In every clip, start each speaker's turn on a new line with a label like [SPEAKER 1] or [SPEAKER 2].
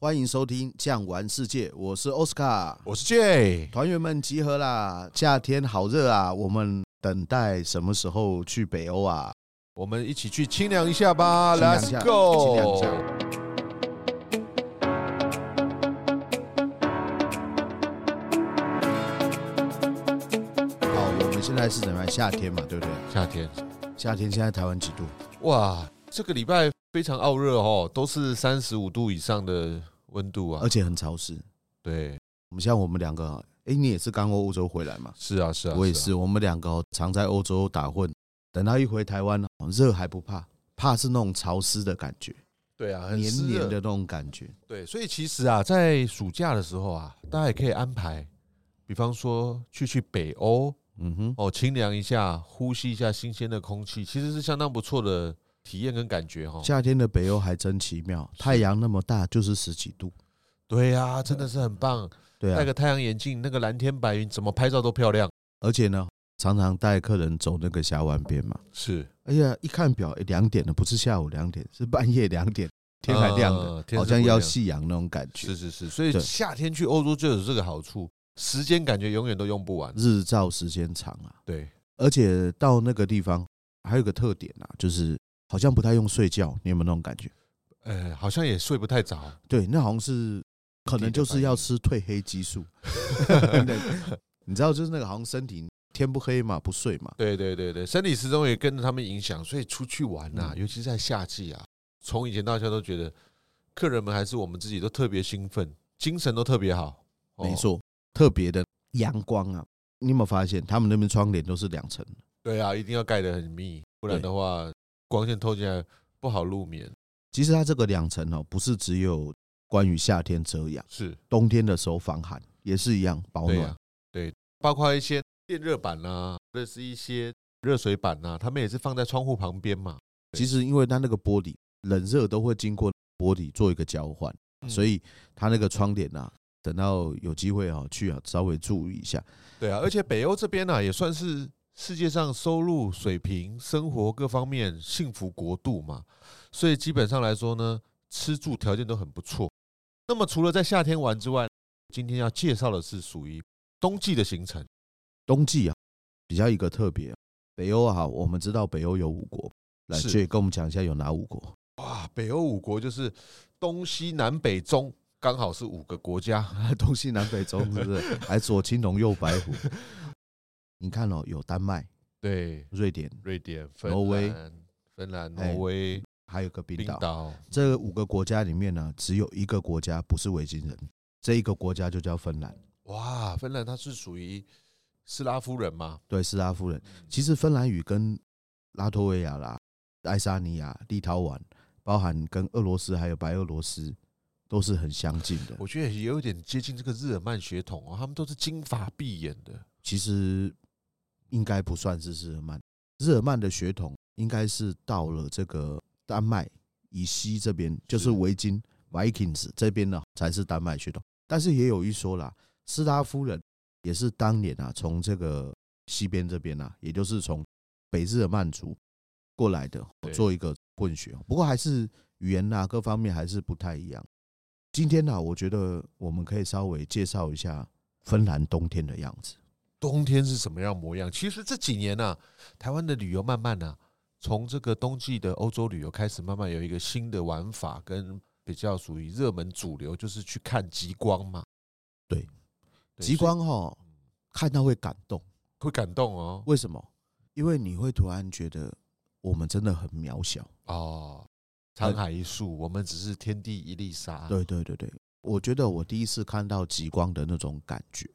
[SPEAKER 1] 欢迎收听《酱玩世界》，我是奥斯卡。
[SPEAKER 2] 我是 J，
[SPEAKER 1] 团员们集合啦！夏天好热啊，我们等待什么时候去北欧啊？
[SPEAKER 2] 我们一起去清凉一下吧
[SPEAKER 1] 清凉一
[SPEAKER 2] ，Let's
[SPEAKER 1] 下清凉一
[SPEAKER 2] go
[SPEAKER 1] 下。好，我们现在是怎么样？夏天嘛，对不对？
[SPEAKER 2] 夏天，
[SPEAKER 1] 夏天现在台湾几度？
[SPEAKER 2] 哇，这个礼拜非常傲热哦，都是三十五度以上的温度啊
[SPEAKER 1] 而。且很潮湿。
[SPEAKER 2] 对，
[SPEAKER 1] 我们像我们两个啊，哎、你也是刚欧洲回来嘛？
[SPEAKER 2] 是啊，是啊，
[SPEAKER 1] 我也
[SPEAKER 2] 啊
[SPEAKER 1] 是，。我们两个哦常在欧洲打混，等到一回台湾，哦热还不怕，怕是那种潮湿的感觉，
[SPEAKER 2] 对啊，很
[SPEAKER 1] 黏
[SPEAKER 2] 湿
[SPEAKER 1] 黏
[SPEAKER 2] 热
[SPEAKER 1] 的那种感觉。
[SPEAKER 2] 对，所以其实啊，在暑假的时候啊，大家也可以安排，比方说去去北欧
[SPEAKER 1] 嗯哼，
[SPEAKER 2] 哦，清凉一下，呼吸一下新鲜的空气，其实是相当不错的体验跟感觉哈、哦。
[SPEAKER 1] 夏天的北欧还真奇妙，太阳那么大，就是十几度。
[SPEAKER 2] 对呀、啊，真的是很棒，
[SPEAKER 1] 对
[SPEAKER 2] 戴
[SPEAKER 1] 啊，
[SPEAKER 2] 个太阳眼镜，那个蓝天白云，怎么拍照都漂亮。
[SPEAKER 1] 而且呢，常常带客人走那个峡湾边嘛。
[SPEAKER 2] 是
[SPEAKER 1] 哎呀，一看表，诶两点了，不是下午两点，是半夜两 点，天还亮
[SPEAKER 2] 呃
[SPEAKER 1] 的，
[SPEAKER 2] 天
[SPEAKER 1] 好
[SPEAKER 2] 是
[SPEAKER 1] 像
[SPEAKER 2] 不
[SPEAKER 1] 要
[SPEAKER 2] 亮
[SPEAKER 1] 夕阳那种感觉
[SPEAKER 2] 是。是是，所以
[SPEAKER 1] 对
[SPEAKER 2] 夏天去欧洲就有这个好处，时间感觉永远都用不完。
[SPEAKER 1] 日照时间长啊，
[SPEAKER 2] 对，
[SPEAKER 1] 而且到那个地方还有个特点啊，就是好像不太用睡觉，你有没有那种感觉？
[SPEAKER 2] 呃，好像也睡不太着。
[SPEAKER 1] 对，那好像是可能就是要吃褪黑激 素， 对你知道，就是那个好像身体天不黑嘛，不睡嘛，
[SPEAKER 2] 对对对对，生理时钟也跟着他们影响，所以出去玩呐、
[SPEAKER 1] 嗯
[SPEAKER 2] 尤其是在夏季啊，从以前到现在都觉得，客人们还是我们自己都特别兴奋，精神都特别好。哦
[SPEAKER 1] 没，错，特别的阳光啊。你有没有发现，他们那边窗帘都是两层的？
[SPEAKER 2] 对啊，一定要盖得很密，不然
[SPEAKER 1] 对
[SPEAKER 2] 的话光线透进来不好入眠。
[SPEAKER 1] 其实它这个两层哦，不是只有关于夏天遮阳，
[SPEAKER 2] 是，
[SPEAKER 1] 冬天的时候防寒也是一样保
[SPEAKER 2] 对
[SPEAKER 1] 暖。
[SPEAKER 2] 啊，对，包括一些电热板呐、啊，或者是一些热水板呐、啊，他们也是放在窗户旁边嘛。对
[SPEAKER 1] 其实因为它那个玻璃冷热都会经过玻璃做一个交换，
[SPEAKER 2] 嗯
[SPEAKER 1] 所以它那个窗帘啊，等到有机会哦去啊稍微注意一下。
[SPEAKER 2] 对啊，而且北欧这边呢、也算是世界上收入水平、生活各方面幸福国度嘛，所以基本上来说呢，吃住条件都很不错。那么除了在夏天玩之外，今天要介绍的是属于冬季的行程。
[SPEAKER 1] 冬季啊，比较一个特别，北欧啊，我们知道北欧有五国，来，
[SPEAKER 2] 是
[SPEAKER 1] 这跟我们讲一下有哪五国？
[SPEAKER 2] 哇，北欧五国就是东西南北中，刚好是五个 国家。
[SPEAKER 1] 东西南北中是不是？还左青龙右白虎。你看哦，有丹麦、
[SPEAKER 2] 对，
[SPEAKER 1] 瑞典，
[SPEAKER 2] 瑞典、芬
[SPEAKER 1] 挪威
[SPEAKER 2] 兰、芬兰、
[SPEAKER 1] 哎
[SPEAKER 2] 挪威、
[SPEAKER 1] 还有个冰
[SPEAKER 2] 冰
[SPEAKER 1] 岛。
[SPEAKER 2] 岛。
[SPEAKER 1] 这五个国家里面呢，只有一个国家不是维京人，这一个国家就叫芬兰。
[SPEAKER 2] 哇，芬兰它是属于斯拉夫人嘛？
[SPEAKER 1] 对，斯拉夫人。其实芬兰语跟拉脱维亚啦、爱沙尼亚、立陶宛，包含跟俄罗斯还有白俄罗斯，都是很相近的。
[SPEAKER 2] 我觉得也有点接近这个日耳曼血统哦，他们都是金发碧眼的。
[SPEAKER 1] 其实应该不算是日耳曼，日耳曼的血统应该是到了这个丹麦以西这边，就是
[SPEAKER 2] 是
[SPEAKER 1] 维京 Vikings 这边呢才是丹麦血统。但是也有一说啦，斯拉夫人也是当年啊从这个西边这边啊，也就是从北日耳曼族过来的，
[SPEAKER 2] 对
[SPEAKER 1] 做一个混血。哦不过还是语言呐、各方面还是不太一样。今天呢、啊我觉得我们可以稍微介绍一下芬兰冬天的样子。
[SPEAKER 2] 冬天是什么样模样？其实这几年呢、啊台湾的旅游慢慢呢、从这个冬季的欧洲旅游开始，慢慢有一个新的玩法，跟比较属于热门主流，就是去看极光嘛。
[SPEAKER 1] 对
[SPEAKER 2] 对，
[SPEAKER 1] 极
[SPEAKER 2] 所以嗯
[SPEAKER 1] 光哈、看到会感动，
[SPEAKER 2] 会感动哦。
[SPEAKER 1] 为什么？因为你会突然觉得我们真的很渺小。
[SPEAKER 2] 哦，沧海一粟，我们只是天地一粒沙。
[SPEAKER 1] 对对对对，我觉得我第一次看到极光的那种感觉，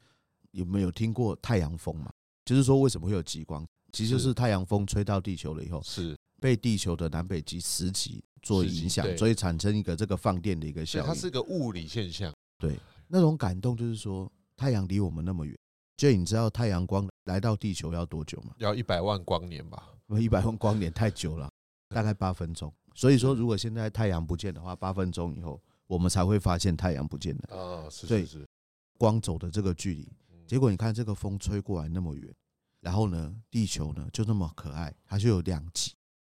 [SPEAKER 1] 有没有听过太阳风嘛？就是说为什么会有极光？其实就是是太阳风吹到地球了以后，
[SPEAKER 2] 是，
[SPEAKER 1] 被地球的南北极时期做
[SPEAKER 2] 时期
[SPEAKER 1] 影响，
[SPEAKER 2] 对
[SPEAKER 1] 所以产生一个这个放电的一个
[SPEAKER 2] 所以
[SPEAKER 1] 效
[SPEAKER 2] 它
[SPEAKER 1] 应。
[SPEAKER 2] 是个物理现象。
[SPEAKER 1] 那种感动就是说，太阳离我们那么远。所以你知道太阳光来到地球要多久吗？
[SPEAKER 2] 要一百万光年吧？
[SPEAKER 1] 一百万光年太久了，大概八分钟。所以说，如果现在太阳不见的话，八分钟以后我们才会发现太阳不见了，
[SPEAKER 2] 哦，是
[SPEAKER 1] 对
[SPEAKER 2] 是是。
[SPEAKER 1] 光走的这个距离。
[SPEAKER 2] 嗯
[SPEAKER 1] 结果你看这个风吹过来那么远，然后呢，地球呢就那么可爱，它就有两极，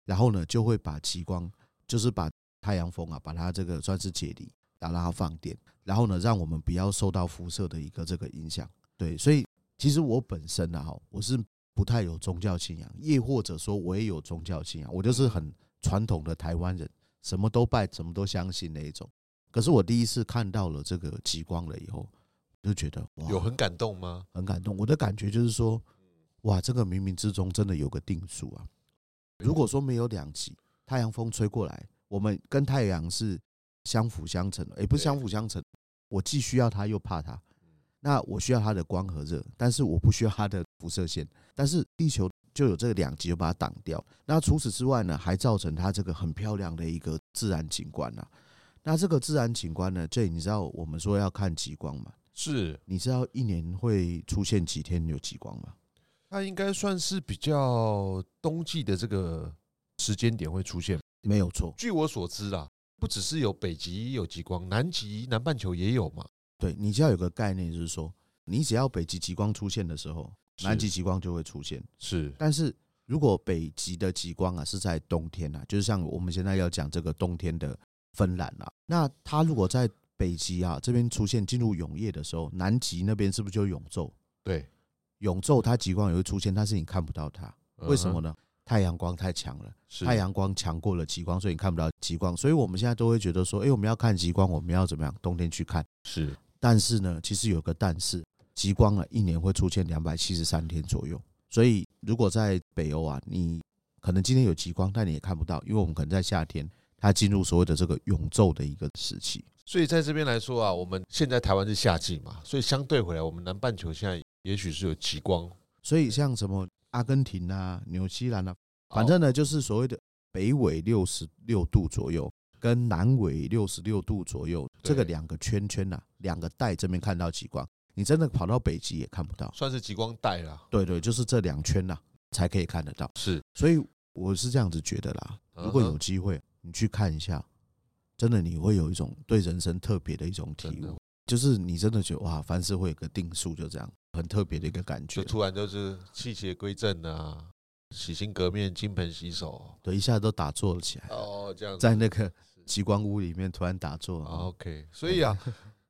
[SPEAKER 1] 然后呢就会把极光，就是把太阳风啊，把它这个算是解离，然后让它放电，然后呢，让我们不要受到辐射的一个这个影响。对，所以其实我本身啊，我是不太有宗教信仰，亦或者说我也有宗教信仰，我就是很传统的台湾人，什么都拜，什么都相信那一种。可是我第一次看到了这个极光了以后，我就觉得哇，
[SPEAKER 2] 有很感动吗？
[SPEAKER 1] 很感动。我的感觉就是说，哇，这个冥冥之中真的有个定数啊。如果说没有两极，太阳风吹过来，我们跟太阳是相辅相成的，也不是
[SPEAKER 2] 对
[SPEAKER 1] 相辅相成。我既需要它，又怕它。那我需要它的光和热，但是我不需要它的辐射线。但是地球就有这个两极，就把它挡掉。那除此之外呢，还造成它这个很漂亮的一个自然景观啊。那这个自然景观呢，这你知道我们说要看极光嘛？
[SPEAKER 2] 是，
[SPEAKER 1] 你知道一年会出现几天有极光吗？
[SPEAKER 2] 它应该算是比较冬季的这个时间点会出现。
[SPEAKER 1] 没有错，
[SPEAKER 2] 据我所知啦，不只是有北极有极光，南极南半球也有嘛。
[SPEAKER 1] 对你只要有个概念，就是说，你只要北极极光出现的时候，
[SPEAKER 2] 是
[SPEAKER 1] 南极极光就会出现。
[SPEAKER 2] 是
[SPEAKER 1] 但是如果北极的极光啊是在冬天啊，就是像我们现在要讲这个冬天的芬兰啊，那它如果在北极啊这边出现进入永夜的时候，南极那边是不是就永昼？
[SPEAKER 2] 对，
[SPEAKER 1] 永昼它极光也会出现，但是你看不到它，为什么
[SPEAKER 2] 呢？
[SPEAKER 1] 呢？太阳光太强了。
[SPEAKER 2] 是
[SPEAKER 1] 太阳光强过了极光，所以你看不到极光。所以我们现在都会觉得说，哎、我们要看极光，我们要怎么样？冬天去看。
[SPEAKER 2] 是
[SPEAKER 1] 但是呢，其实有个但是，极光啊，一年会出现两百七十三天左右。所以如果在北欧啊，你可能今天有极光，但你也看不到，因为我们可能在夏天，它进入所谓的这个永昼的一个时期。
[SPEAKER 2] 所以在这边来说啊，我们现在台湾是夏季嘛，所以相对回来，我们南半球现在也许是有极光，
[SPEAKER 1] 所以像什么阿根廷啊、纽西兰啊，反正呢就是所谓的北纬六十六度左右，跟南纬六十六度左右，
[SPEAKER 2] 对
[SPEAKER 1] 这个两个圈圈呐、啊，两个带这边看到极光，你真的跑到北极也看不到
[SPEAKER 2] 哦。算是极光带啦。
[SPEAKER 1] 对对，就是这两圈呐、才可以看得到。
[SPEAKER 2] 是，
[SPEAKER 1] 所以我是这样子觉得啦，
[SPEAKER 2] 嗯
[SPEAKER 1] 如果有机会你去看一下，真的你会有一种对人生特别的一种体
[SPEAKER 2] 真的
[SPEAKER 1] 悟，就是你真的觉得哇，凡事会有个定数，就这样，很特别的一个感觉
[SPEAKER 2] 就。突然就是气血归正啊，洗心革面，金盆洗手。
[SPEAKER 1] 对，一下都打坐了起来。
[SPEAKER 2] 哦，这样子
[SPEAKER 1] 在那个极光屋里面突然打坐。
[SPEAKER 2] 啊 OK，所以啊，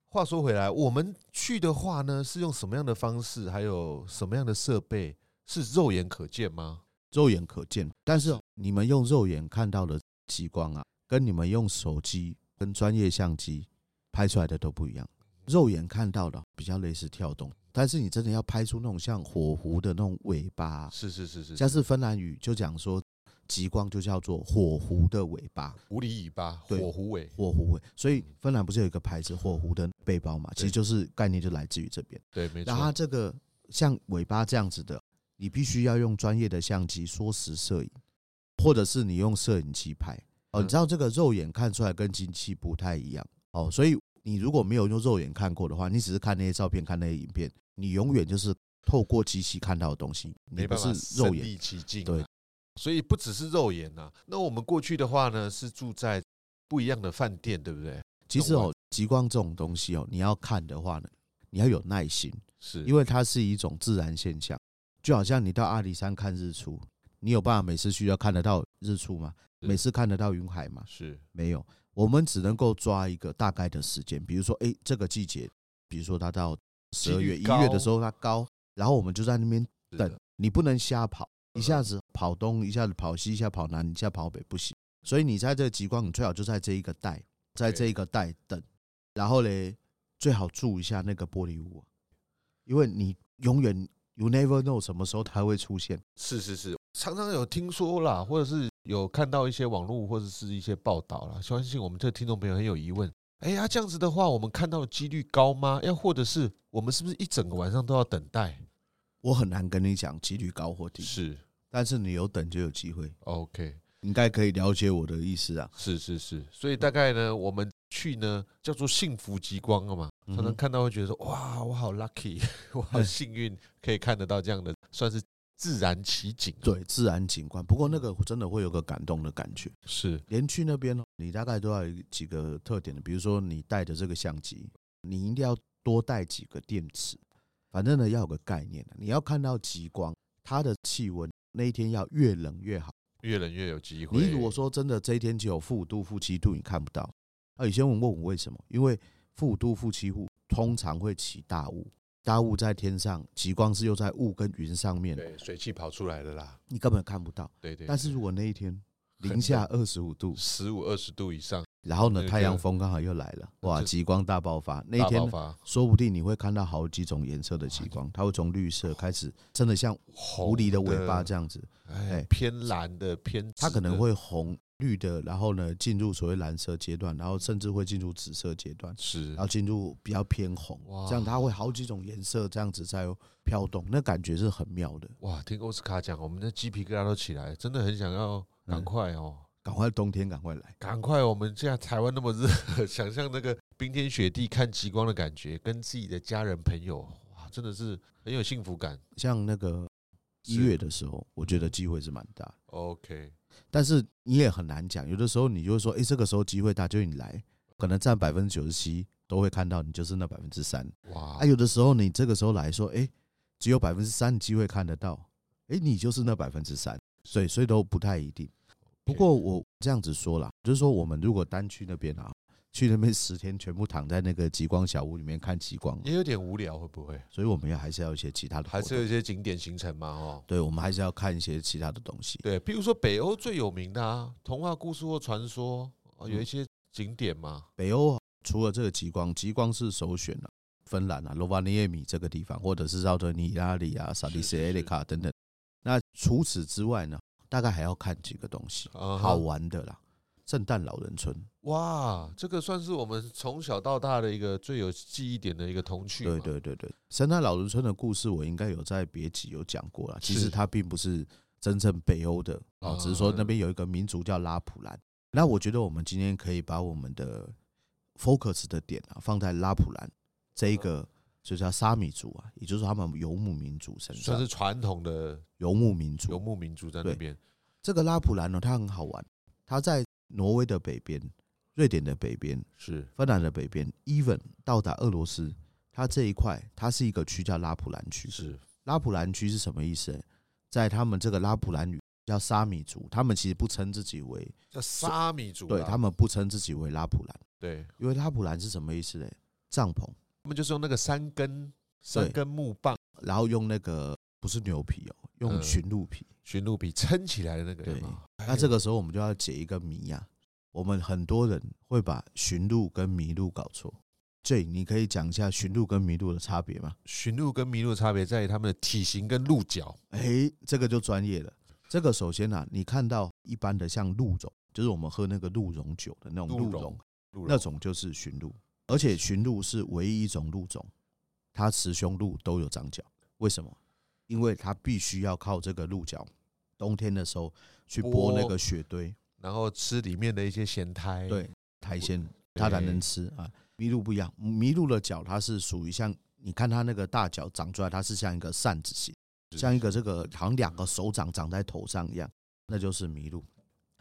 [SPEAKER 2] 话说回来，我们去的话呢，是用什么样的方式，还有什么样的设备，是肉眼可见吗？
[SPEAKER 1] 肉眼可见，但是你们用肉眼看到的极光啊，跟你们用手机跟专业相机拍出来的都不一样。肉眼看到的比较类似跳动，但是你真的要拍出那种像火狐的那种尾巴啊，
[SPEAKER 2] 是是是是，
[SPEAKER 1] 像是芬兰语就讲说极光就叫做火狐的尾巴，
[SPEAKER 2] 狐狸尾巴、
[SPEAKER 1] 对
[SPEAKER 2] 火狐尾，
[SPEAKER 1] 火狐尾。所以芬兰不是有一个牌子火狐的背包嘛？其实
[SPEAKER 2] 对
[SPEAKER 1] 就是概念就来自于这边。
[SPEAKER 2] 对，没
[SPEAKER 1] 那它
[SPEAKER 2] 错，
[SPEAKER 1] 这个像尾巴这样子的，你必须要用专业的相机缩时摄影，或者是你用摄影机拍。哦，
[SPEAKER 2] 嗯
[SPEAKER 1] 你知道这个肉眼看出来跟机器不太一样哦，所以你如果没有用肉眼看过的话，你只是看那些照片、看那些影片，你永远就是透过机器看到的东西，你
[SPEAKER 2] 没
[SPEAKER 1] 不
[SPEAKER 2] 办法，
[SPEAKER 1] 是肉
[SPEAKER 2] 身
[SPEAKER 1] 眼。
[SPEAKER 2] 临其境、啊，
[SPEAKER 1] 对，
[SPEAKER 2] 所以不只是肉眼呐、那我们过去的话呢，是住在不一样的饭店，对不对？
[SPEAKER 1] 其实
[SPEAKER 2] 懂
[SPEAKER 1] 哦，极光这种东西哦，你要看的话呢，你要有耐心。
[SPEAKER 2] 是，
[SPEAKER 1] 因
[SPEAKER 2] 为
[SPEAKER 1] 为它是一种自然现象，就好像你到阿里山看日出，你有办法每次去要看得到日出吗？
[SPEAKER 2] 是
[SPEAKER 1] 每次看得到云海吗？
[SPEAKER 2] 是
[SPEAKER 1] 没有，我们只能够抓一个大概的时间，比如说，哎，这个季节，比如说它到十二月、一
[SPEAKER 2] 几率高
[SPEAKER 1] 月的时候它高，然后我们就在那边，
[SPEAKER 2] 是的嗯
[SPEAKER 1] 等你不能瞎跑，一下子跑东，一下子跑西，一下跑南，一下跑北，不行。所以你在这个极光，你最好就在这一个带，在这一个带等，然后嘞，最好住一下那个玻璃屋啊、因为你永远 you never know 什么时候它会出现。
[SPEAKER 2] 是是是，常常有听说啦，或者是有看到一些网络或者是一些报道啦。相信我们这听众朋友很有疑问，哎呀，这样子的话，我们看到的几率高吗？要或者是我们是不是一整个晚上都要等待？
[SPEAKER 1] 我很难跟你讲几率高或低，
[SPEAKER 2] 是
[SPEAKER 1] 但是你有等就有机会，
[SPEAKER 2] ，OK，
[SPEAKER 1] 应该可以了解我的意思啊。
[SPEAKER 2] 是是是，所以大概呢，我们去呢叫做幸福极光啊嘛，常
[SPEAKER 1] 嗯
[SPEAKER 2] 常
[SPEAKER 1] 哼
[SPEAKER 2] 看到会觉得说，哇，我好 lucky，我 好幸运，可以看得到这样的，算是自然奇景。，
[SPEAKER 1] 对，自然景观。不过那个真的会有个感动的感觉，
[SPEAKER 2] 是
[SPEAKER 1] 连去那边哦，你大概都要有几个特点的，比如说你带的这个相机，你一定要多带几个电池。反正呢，要有个概念啊你要看到极光，它的气温那一天要越冷越好。
[SPEAKER 2] 越冷越有机会。
[SPEAKER 1] 你如果说真的这一天只有负五度、负七度，你看不到。啊，有些人问我为什么？因为富都夫妻户通常会起大雾，大雾在天上，极光是又在雾跟云上面，
[SPEAKER 2] 对，水汽跑出来了啦，
[SPEAKER 1] 你根本看不到。
[SPEAKER 2] 对对。
[SPEAKER 1] 但是如果那一天
[SPEAKER 2] 很
[SPEAKER 1] 零下
[SPEAKER 2] 冷
[SPEAKER 1] 二十五度，
[SPEAKER 2] 十五二十度以上
[SPEAKER 1] 然后
[SPEAKER 2] 那
[SPEAKER 1] 呢
[SPEAKER 2] 就
[SPEAKER 1] 太阳风刚好又来了，
[SPEAKER 2] 那
[SPEAKER 1] 哇，
[SPEAKER 2] 就
[SPEAKER 1] 极光大爆发！那一
[SPEAKER 2] 大
[SPEAKER 1] 天
[SPEAKER 2] 爆
[SPEAKER 1] 呢
[SPEAKER 2] 发，
[SPEAKER 1] 说不定你会看到好几种颜色的极光，它会从绿色开始，真的像
[SPEAKER 2] 狐
[SPEAKER 1] 狐狸的尾巴这样子，
[SPEAKER 2] 哎
[SPEAKER 1] 哎，
[SPEAKER 2] 偏蓝的偏紫的，
[SPEAKER 1] 它可能会红、绿的，然后呢进入所谓蓝色阶段，然后甚至会进入紫色阶段，
[SPEAKER 2] 是
[SPEAKER 1] 然后进入比较偏红
[SPEAKER 2] 哇，
[SPEAKER 1] 这样它会好几种颜色这样子在飘动，那感觉是很妙的。
[SPEAKER 2] 哇，听欧斯卡讲，我们的鸡皮疙瘩都起来，真的很想要赶
[SPEAKER 1] 嗯
[SPEAKER 2] 快哦，
[SPEAKER 1] 赶快冬天，赶快来！
[SPEAKER 2] 赶快！我们现在台湾那么热， 想象那个冰天雪地看极光的感觉，跟自己的家人朋友，哇，真的是很有幸福感。
[SPEAKER 1] 像那个一
[SPEAKER 2] 是
[SPEAKER 1] 月的时候，我觉得机会是蛮大的。
[SPEAKER 2] OK，
[SPEAKER 1] 但是你也很难讲，有的时候你就会说，哎、这个时候机会大，就你来，可能占百分之九十七都会看到，你就是那百分之三。
[SPEAKER 2] 哇，
[SPEAKER 1] 啊，有的时候你这个时候来说，哎、只有百分之三的机会看得到，哎、你就是那百分之三，所以所以都不太一定。不过我这样子说啦，就是说我们如果单去那边啊，去那边十天全部躺在那个极光小屋里面看极光，
[SPEAKER 2] 也有点无聊，会不会？
[SPEAKER 1] 所以我们要还是要有一些其他的活
[SPEAKER 2] 还
[SPEAKER 1] 动，
[SPEAKER 2] 是有一些景点行程嘛，哦。
[SPEAKER 1] 对，我们还是要看一些其他的东西。
[SPEAKER 2] 对，比如说北欧最有名的啊，童话故事或传说，哦有一
[SPEAKER 1] 嗯
[SPEAKER 2] 些景点嘛，
[SPEAKER 1] 北欧啊除了这个极光，极光是首选了、芬兰啊、罗瓦涅米这个地方，或者是绕着尼拉里啊、萨利斯
[SPEAKER 2] 是
[SPEAKER 1] 埃
[SPEAKER 2] 是
[SPEAKER 1] 利卡等等。那除此之外呢，大概还要看几个东西，
[SPEAKER 2] 啊哈
[SPEAKER 1] 好玩的啦。圣诞老人村，
[SPEAKER 2] 哇，这个算是我们从小到大的一个最有记忆点的一个童趣嘛。
[SPEAKER 1] 对对对对，圣诞老人村的故事我应该有在别集有讲过了。其
[SPEAKER 2] 是
[SPEAKER 1] 实它并不是真正北欧的
[SPEAKER 2] 啊
[SPEAKER 1] 啊，只是说那边有一个民族叫拉普兰。那我觉得我们今天可以把我们的 focus 的点啊放在拉普兰这
[SPEAKER 2] 嗯
[SPEAKER 1] 一个，就叫沙米族啊，也就是他们游牧民族身
[SPEAKER 2] 算
[SPEAKER 1] 上
[SPEAKER 2] 是。传统的
[SPEAKER 1] 游牧民
[SPEAKER 2] 游
[SPEAKER 1] 族
[SPEAKER 2] 牧民族在那
[SPEAKER 1] 对
[SPEAKER 2] 边。
[SPEAKER 1] 这个拉普兰呢，它很好玩，它在挪威的北边、瑞典的北边、
[SPEAKER 2] 是
[SPEAKER 1] 芬兰的北边，even 到达俄罗斯，它这一块它是一个区叫拉普兰区。
[SPEAKER 2] 是
[SPEAKER 1] 拉普兰区是什么意思呢？在他们这个拉普兰语叫沙米族，他们其实不称自己为，
[SPEAKER 2] 叫沙米族啦，
[SPEAKER 1] 对他们不称自己为拉普兰，
[SPEAKER 2] 对
[SPEAKER 1] 因为拉普兰是什么意思呢？帐篷，
[SPEAKER 2] 他们就是用那个三根三
[SPEAKER 1] 对
[SPEAKER 2] 根木棒
[SPEAKER 1] 然后用那个不是牛皮哦，用
[SPEAKER 2] 嗯哎
[SPEAKER 1] 驯鹿皮。
[SPEAKER 2] 驯鹿皮撑起来的那个有
[SPEAKER 1] 对
[SPEAKER 2] 没有。
[SPEAKER 1] 那这个时候我们就要解一个谜呀、我们很多人会把驯鹿跟麋鹿搞错。J，你可以讲一下驯鹿跟麋鹿的差别吗？
[SPEAKER 2] 驯鹿跟麋鹿的差别在于它们的体型跟鹿角。
[SPEAKER 1] 哎，这个就专业了。这个首先啊，你看到一般的像鹿茸，就是我们喝那个鹿茸酒的那种
[SPEAKER 2] 鹿
[SPEAKER 1] 鹿
[SPEAKER 2] 茸
[SPEAKER 1] 茸，
[SPEAKER 2] 鹿
[SPEAKER 1] 那
[SPEAKER 2] 茸
[SPEAKER 1] 种就是驯鹿，而且驯鹿是唯一一种鹿种，它雌雄鹿都有长角。为什么？因为它必须要靠这个鹿角，冬天的时候去
[SPEAKER 2] 剥
[SPEAKER 1] 剥那个雪堆，
[SPEAKER 2] 然后吃里面的一些咸苔。
[SPEAKER 1] 对，苔藓它才能吃啊。麋鹿不一样，麋鹿的角它是属于像，你看它那个大角长出来，它是像一个扇子形，
[SPEAKER 2] 是
[SPEAKER 1] 像一个这个好像两个手掌长在头上一样，那就是麋鹿。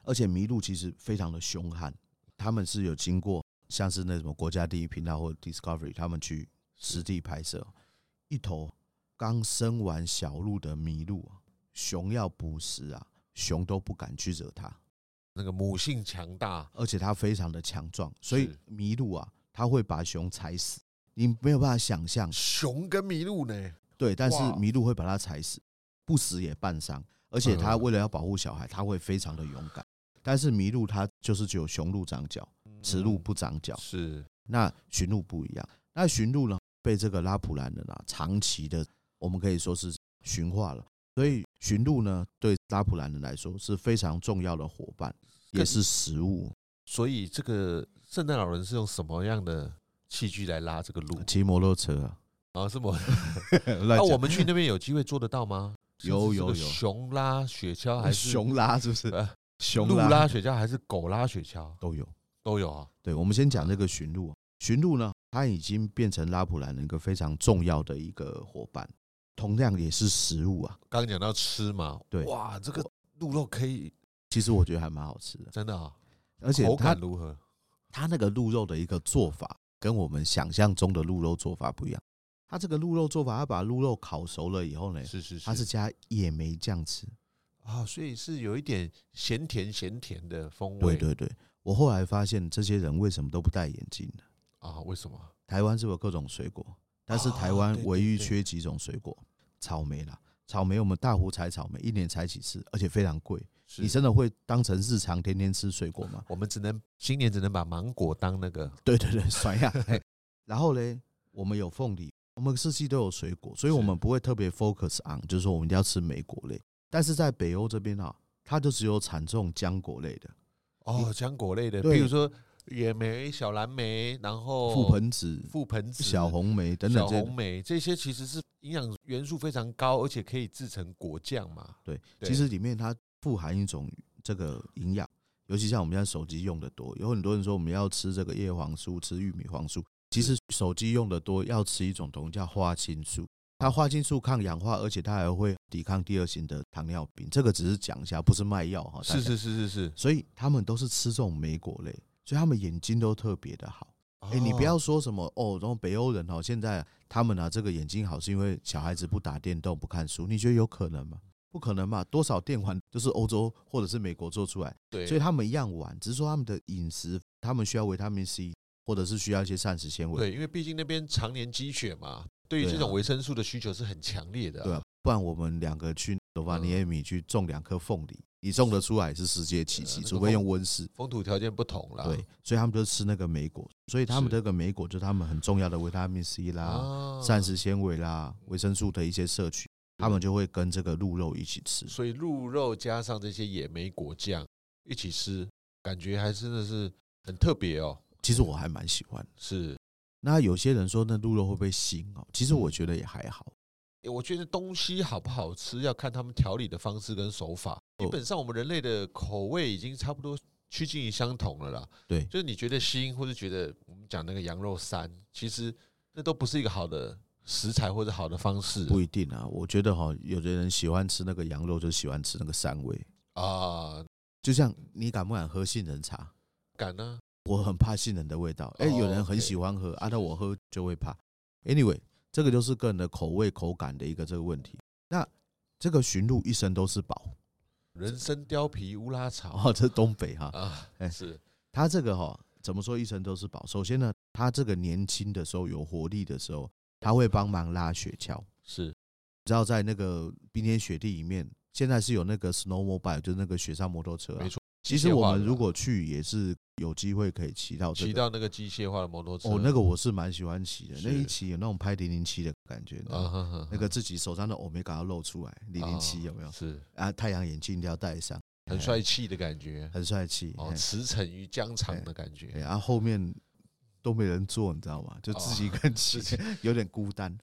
[SPEAKER 1] 而且麋鹿其实非常的凶悍，他们是有经过像是那什么国家第一频道或 Discovery 他们去实地拍摄，一头刚生完小鹿的麋鹿啊，熊要捕食啊，熊都不敢去惹它，
[SPEAKER 2] 那个母性强大，
[SPEAKER 1] 而且它非常的强壮，所以
[SPEAKER 2] 是
[SPEAKER 1] 麋鹿啊，它会把熊踩死，你没有办法想象。
[SPEAKER 2] 熊跟麋鹿呢？
[SPEAKER 1] 对，但是
[SPEAKER 2] 哇
[SPEAKER 1] 麋鹿会把它踩死，不死也半伤，而且它
[SPEAKER 2] 嗯
[SPEAKER 1] 为了要保护小孩，它会非常的勇敢。但是麋鹿它就是只有雄鹿长角，雌鹿
[SPEAKER 2] 嗯
[SPEAKER 1] 不长角，
[SPEAKER 2] 是
[SPEAKER 1] 那驯鹿不一样。那驯鹿呢，被这个拉普兰人啊长期的，我们可以说是驯化了。所以驯鹿呢，对拉普兰人来说是非常重要的伙伴，也
[SPEAKER 2] 更
[SPEAKER 1] 是食物。
[SPEAKER 2] 所以这个圣诞老人是用什么样的器具来拉这个鹿
[SPEAKER 1] 骑摩托车啊，
[SPEAKER 2] 啊？是我
[SPEAKER 1] 那
[SPEAKER 2] 那我 们去那边有机会做得到吗？
[SPEAKER 1] 有
[SPEAKER 2] 是这个
[SPEAKER 1] 有有
[SPEAKER 2] 熊拉雪橇还是
[SPEAKER 1] 熊拉是不是？
[SPEAKER 2] 呃
[SPEAKER 1] 熊
[SPEAKER 2] 鹿拉雪橇还是狗拉雪橇
[SPEAKER 1] 都有。
[SPEAKER 2] 都有啊？
[SPEAKER 1] 对，我们先讲这个驯鹿。啊驯鹿呢，它已经变成拉普兰人一个非常重要的一个伙伴，同样也是食物啊。
[SPEAKER 2] 刚刚讲到吃嘛，
[SPEAKER 1] 对
[SPEAKER 2] 哇，这个鹿肉可以
[SPEAKER 1] 其实我觉得还蛮好吃的，
[SPEAKER 2] 真的啊，
[SPEAKER 1] 而且
[SPEAKER 2] 口
[SPEAKER 1] 它
[SPEAKER 2] 感如何？
[SPEAKER 1] 它那个鹿肉的一个做法，跟我们想象中的鹿肉做法不一样。它这个鹿肉做法，它把鹿肉烤熟了以后呢，
[SPEAKER 2] 是是
[SPEAKER 1] 哎它是
[SPEAKER 2] 是
[SPEAKER 1] 加野莓酱吃。
[SPEAKER 2] 啊，所以是有一点咸甜咸甜的风
[SPEAKER 1] 对
[SPEAKER 2] 味，
[SPEAKER 1] 对对，我后来发现这些人为什么都不戴眼镜呢？
[SPEAKER 2] 啊？为什么？
[SPEAKER 1] 台湾是不是有各种水果？但是
[SPEAKER 2] 啊
[SPEAKER 1] 台湾
[SPEAKER 2] 对
[SPEAKER 1] 唯
[SPEAKER 2] 对
[SPEAKER 1] 一
[SPEAKER 2] 对
[SPEAKER 1] 缺几种水果，草莓啦，草莓我们大湖采草莓，一年采几次，而且非常贵。
[SPEAKER 2] 是
[SPEAKER 1] 你真的会当成日常天天吃水果 吗？
[SPEAKER 2] 我们只能今年只能把芒果当那个
[SPEAKER 1] 对对对， 酸呀。嘿然后嘞，我们有凤梨，我们四季都有水果，所以我们
[SPEAKER 2] 是
[SPEAKER 1] 不会特别 focus on，就是说我们一定要吃莓果类。但是在北欧这边啊，它就只有产这种浆果类的，
[SPEAKER 2] 哦，浆果类的，
[SPEAKER 1] 对
[SPEAKER 2] 比如说野莓、小蓝莓，然后
[SPEAKER 1] 覆盆子、
[SPEAKER 2] 哦覆盆子、
[SPEAKER 1] 小红莓等
[SPEAKER 2] 小
[SPEAKER 1] 等这
[SPEAKER 2] 红莓这些其实是营养元素非常高，而且可以制成果酱嘛。
[SPEAKER 1] 对，
[SPEAKER 2] 对
[SPEAKER 1] 其实里面它富含一种这个营养，尤其像我们现在手机用的多，有很多人说我们要吃这个叶黄素，吃玉米黄素，其实手机用的多，要吃一种东西叫花青素。它花青素抗氧化，而且它还会抵抗第二型的糖尿病。这个只是讲一下，不是卖药哈。哦大
[SPEAKER 2] 是
[SPEAKER 1] 家，
[SPEAKER 2] 是是是是。
[SPEAKER 1] 所以他们都是吃这种莓果类，所以他们眼睛都特别的好。哎、你不要
[SPEAKER 2] 哦
[SPEAKER 1] 说什么哦，然后北欧人哦，现在他们啊这个眼睛好是因为小孩子不打电动不看书，你觉得有可能吗？不可能嘛，多少电玩都是欧洲或者是美国做出来，
[SPEAKER 2] 对，
[SPEAKER 1] 所以他们一样玩，只是说他们的饮食，他们需要维他命 C，或者是需要一些膳食纤维，
[SPEAKER 2] 对，因为毕竟那边常年积雪嘛，对于
[SPEAKER 1] 对啊
[SPEAKER 2] 这种维生素的需求是很强烈的、嗯
[SPEAKER 1] 对啊，不然我们两个去罗瓦尼亚米去种两棵凤梨，你种得出来是世界奇
[SPEAKER 2] 对啊
[SPEAKER 1] 迹，
[SPEAKER 2] 那个
[SPEAKER 1] 除非用
[SPEAKER 2] 凤
[SPEAKER 1] 温室。
[SPEAKER 2] 风土条件不同啦。
[SPEAKER 1] 对，所以他们就吃那个莓果，所以他们
[SPEAKER 2] 是
[SPEAKER 1] 这个莓果就是他们很重要的维他命 C 啦，
[SPEAKER 2] 啊
[SPEAKER 1] 膳食纤维啦、维生素的一些摄取，他们就会跟这个鹿肉一起吃。
[SPEAKER 2] 所以鹿肉加上这些野莓果酱一起吃，感觉还真的是很特别哦。
[SPEAKER 1] 其实我还蛮喜欢。
[SPEAKER 2] 是，
[SPEAKER 1] 那有些人说那鹿肉会不会腥哦？其实我觉得也还好。
[SPEAKER 2] 诶我觉得东西好不好吃要看他们调理的方式跟手法。
[SPEAKER 1] 哦
[SPEAKER 2] 基本上我们人类的口味已经差不多趋近于相同了啦。
[SPEAKER 1] 对
[SPEAKER 2] 就是你觉得腥，或是觉得我们讲那个羊肉膻，其实那都不是一个好的食材或者好的方式
[SPEAKER 1] 不一定啊，我觉得哈、有的人喜欢吃那个羊肉，就喜欢吃那个膻味。
[SPEAKER 2] 啊。
[SPEAKER 1] 就像你敢不敢喝杏仁茶？
[SPEAKER 2] 敢啊呢、
[SPEAKER 1] 我很怕杏仁的味道。哎、
[SPEAKER 2] 哦
[SPEAKER 1] 有人很
[SPEAKER 2] OK
[SPEAKER 1] 喜欢喝，啊，那我喝就会怕。Anyway，这个就是个人的口味、口感的一个这个问题。那这个驯鹿一生都是宝，
[SPEAKER 2] 人参貂皮乌拉草
[SPEAKER 1] 哦，这东北哈、
[SPEAKER 2] 啊，
[SPEAKER 1] 哎
[SPEAKER 2] 是
[SPEAKER 1] 他这个哈、怎么说一生都是宝。首先呢，他这个年轻的时候有活力的时候，他会帮忙拉雪橇。你
[SPEAKER 2] 是
[SPEAKER 1] 知道在那个冰天雪地里面，现在是有那个 snowmobile，就是那个雪上摩托车、啊。
[SPEAKER 2] 没错。
[SPEAKER 1] 其
[SPEAKER 2] 机
[SPEAKER 1] 实
[SPEAKER 2] 械
[SPEAKER 1] 我
[SPEAKER 2] 化
[SPEAKER 1] 们
[SPEAKER 2] 的
[SPEAKER 1] 如
[SPEAKER 2] 啦
[SPEAKER 1] 果去，也是有机会可以骑到这
[SPEAKER 2] 骑
[SPEAKER 1] 个。
[SPEAKER 2] 到那个机械化的摩托车，
[SPEAKER 1] 哦，那个我是蛮喜欢骑的，那一
[SPEAKER 2] 是
[SPEAKER 1] 骑有那种拍零零七的感觉，
[SPEAKER 2] 啊，
[SPEAKER 1] 啊、
[SPEAKER 2] 哈哈
[SPEAKER 1] 那个自己手上的 omega 要露出来，零零七
[SPEAKER 2] 啊
[SPEAKER 1] 有没有？
[SPEAKER 2] 是
[SPEAKER 1] 啊，太阳眼镜一定要戴上，
[SPEAKER 2] 很
[SPEAKER 1] 哎
[SPEAKER 2] 帅气的感 觉，
[SPEAKER 1] 很帅气。
[SPEAKER 2] 哦，
[SPEAKER 1] 嘿
[SPEAKER 2] 驰骋于疆场的感
[SPEAKER 1] 对，
[SPEAKER 2] 觉，
[SPEAKER 1] 然后后面都没人做，你知道吗？就自己一个人骑
[SPEAKER 2] 哦自，己
[SPEAKER 1] 有点孤单。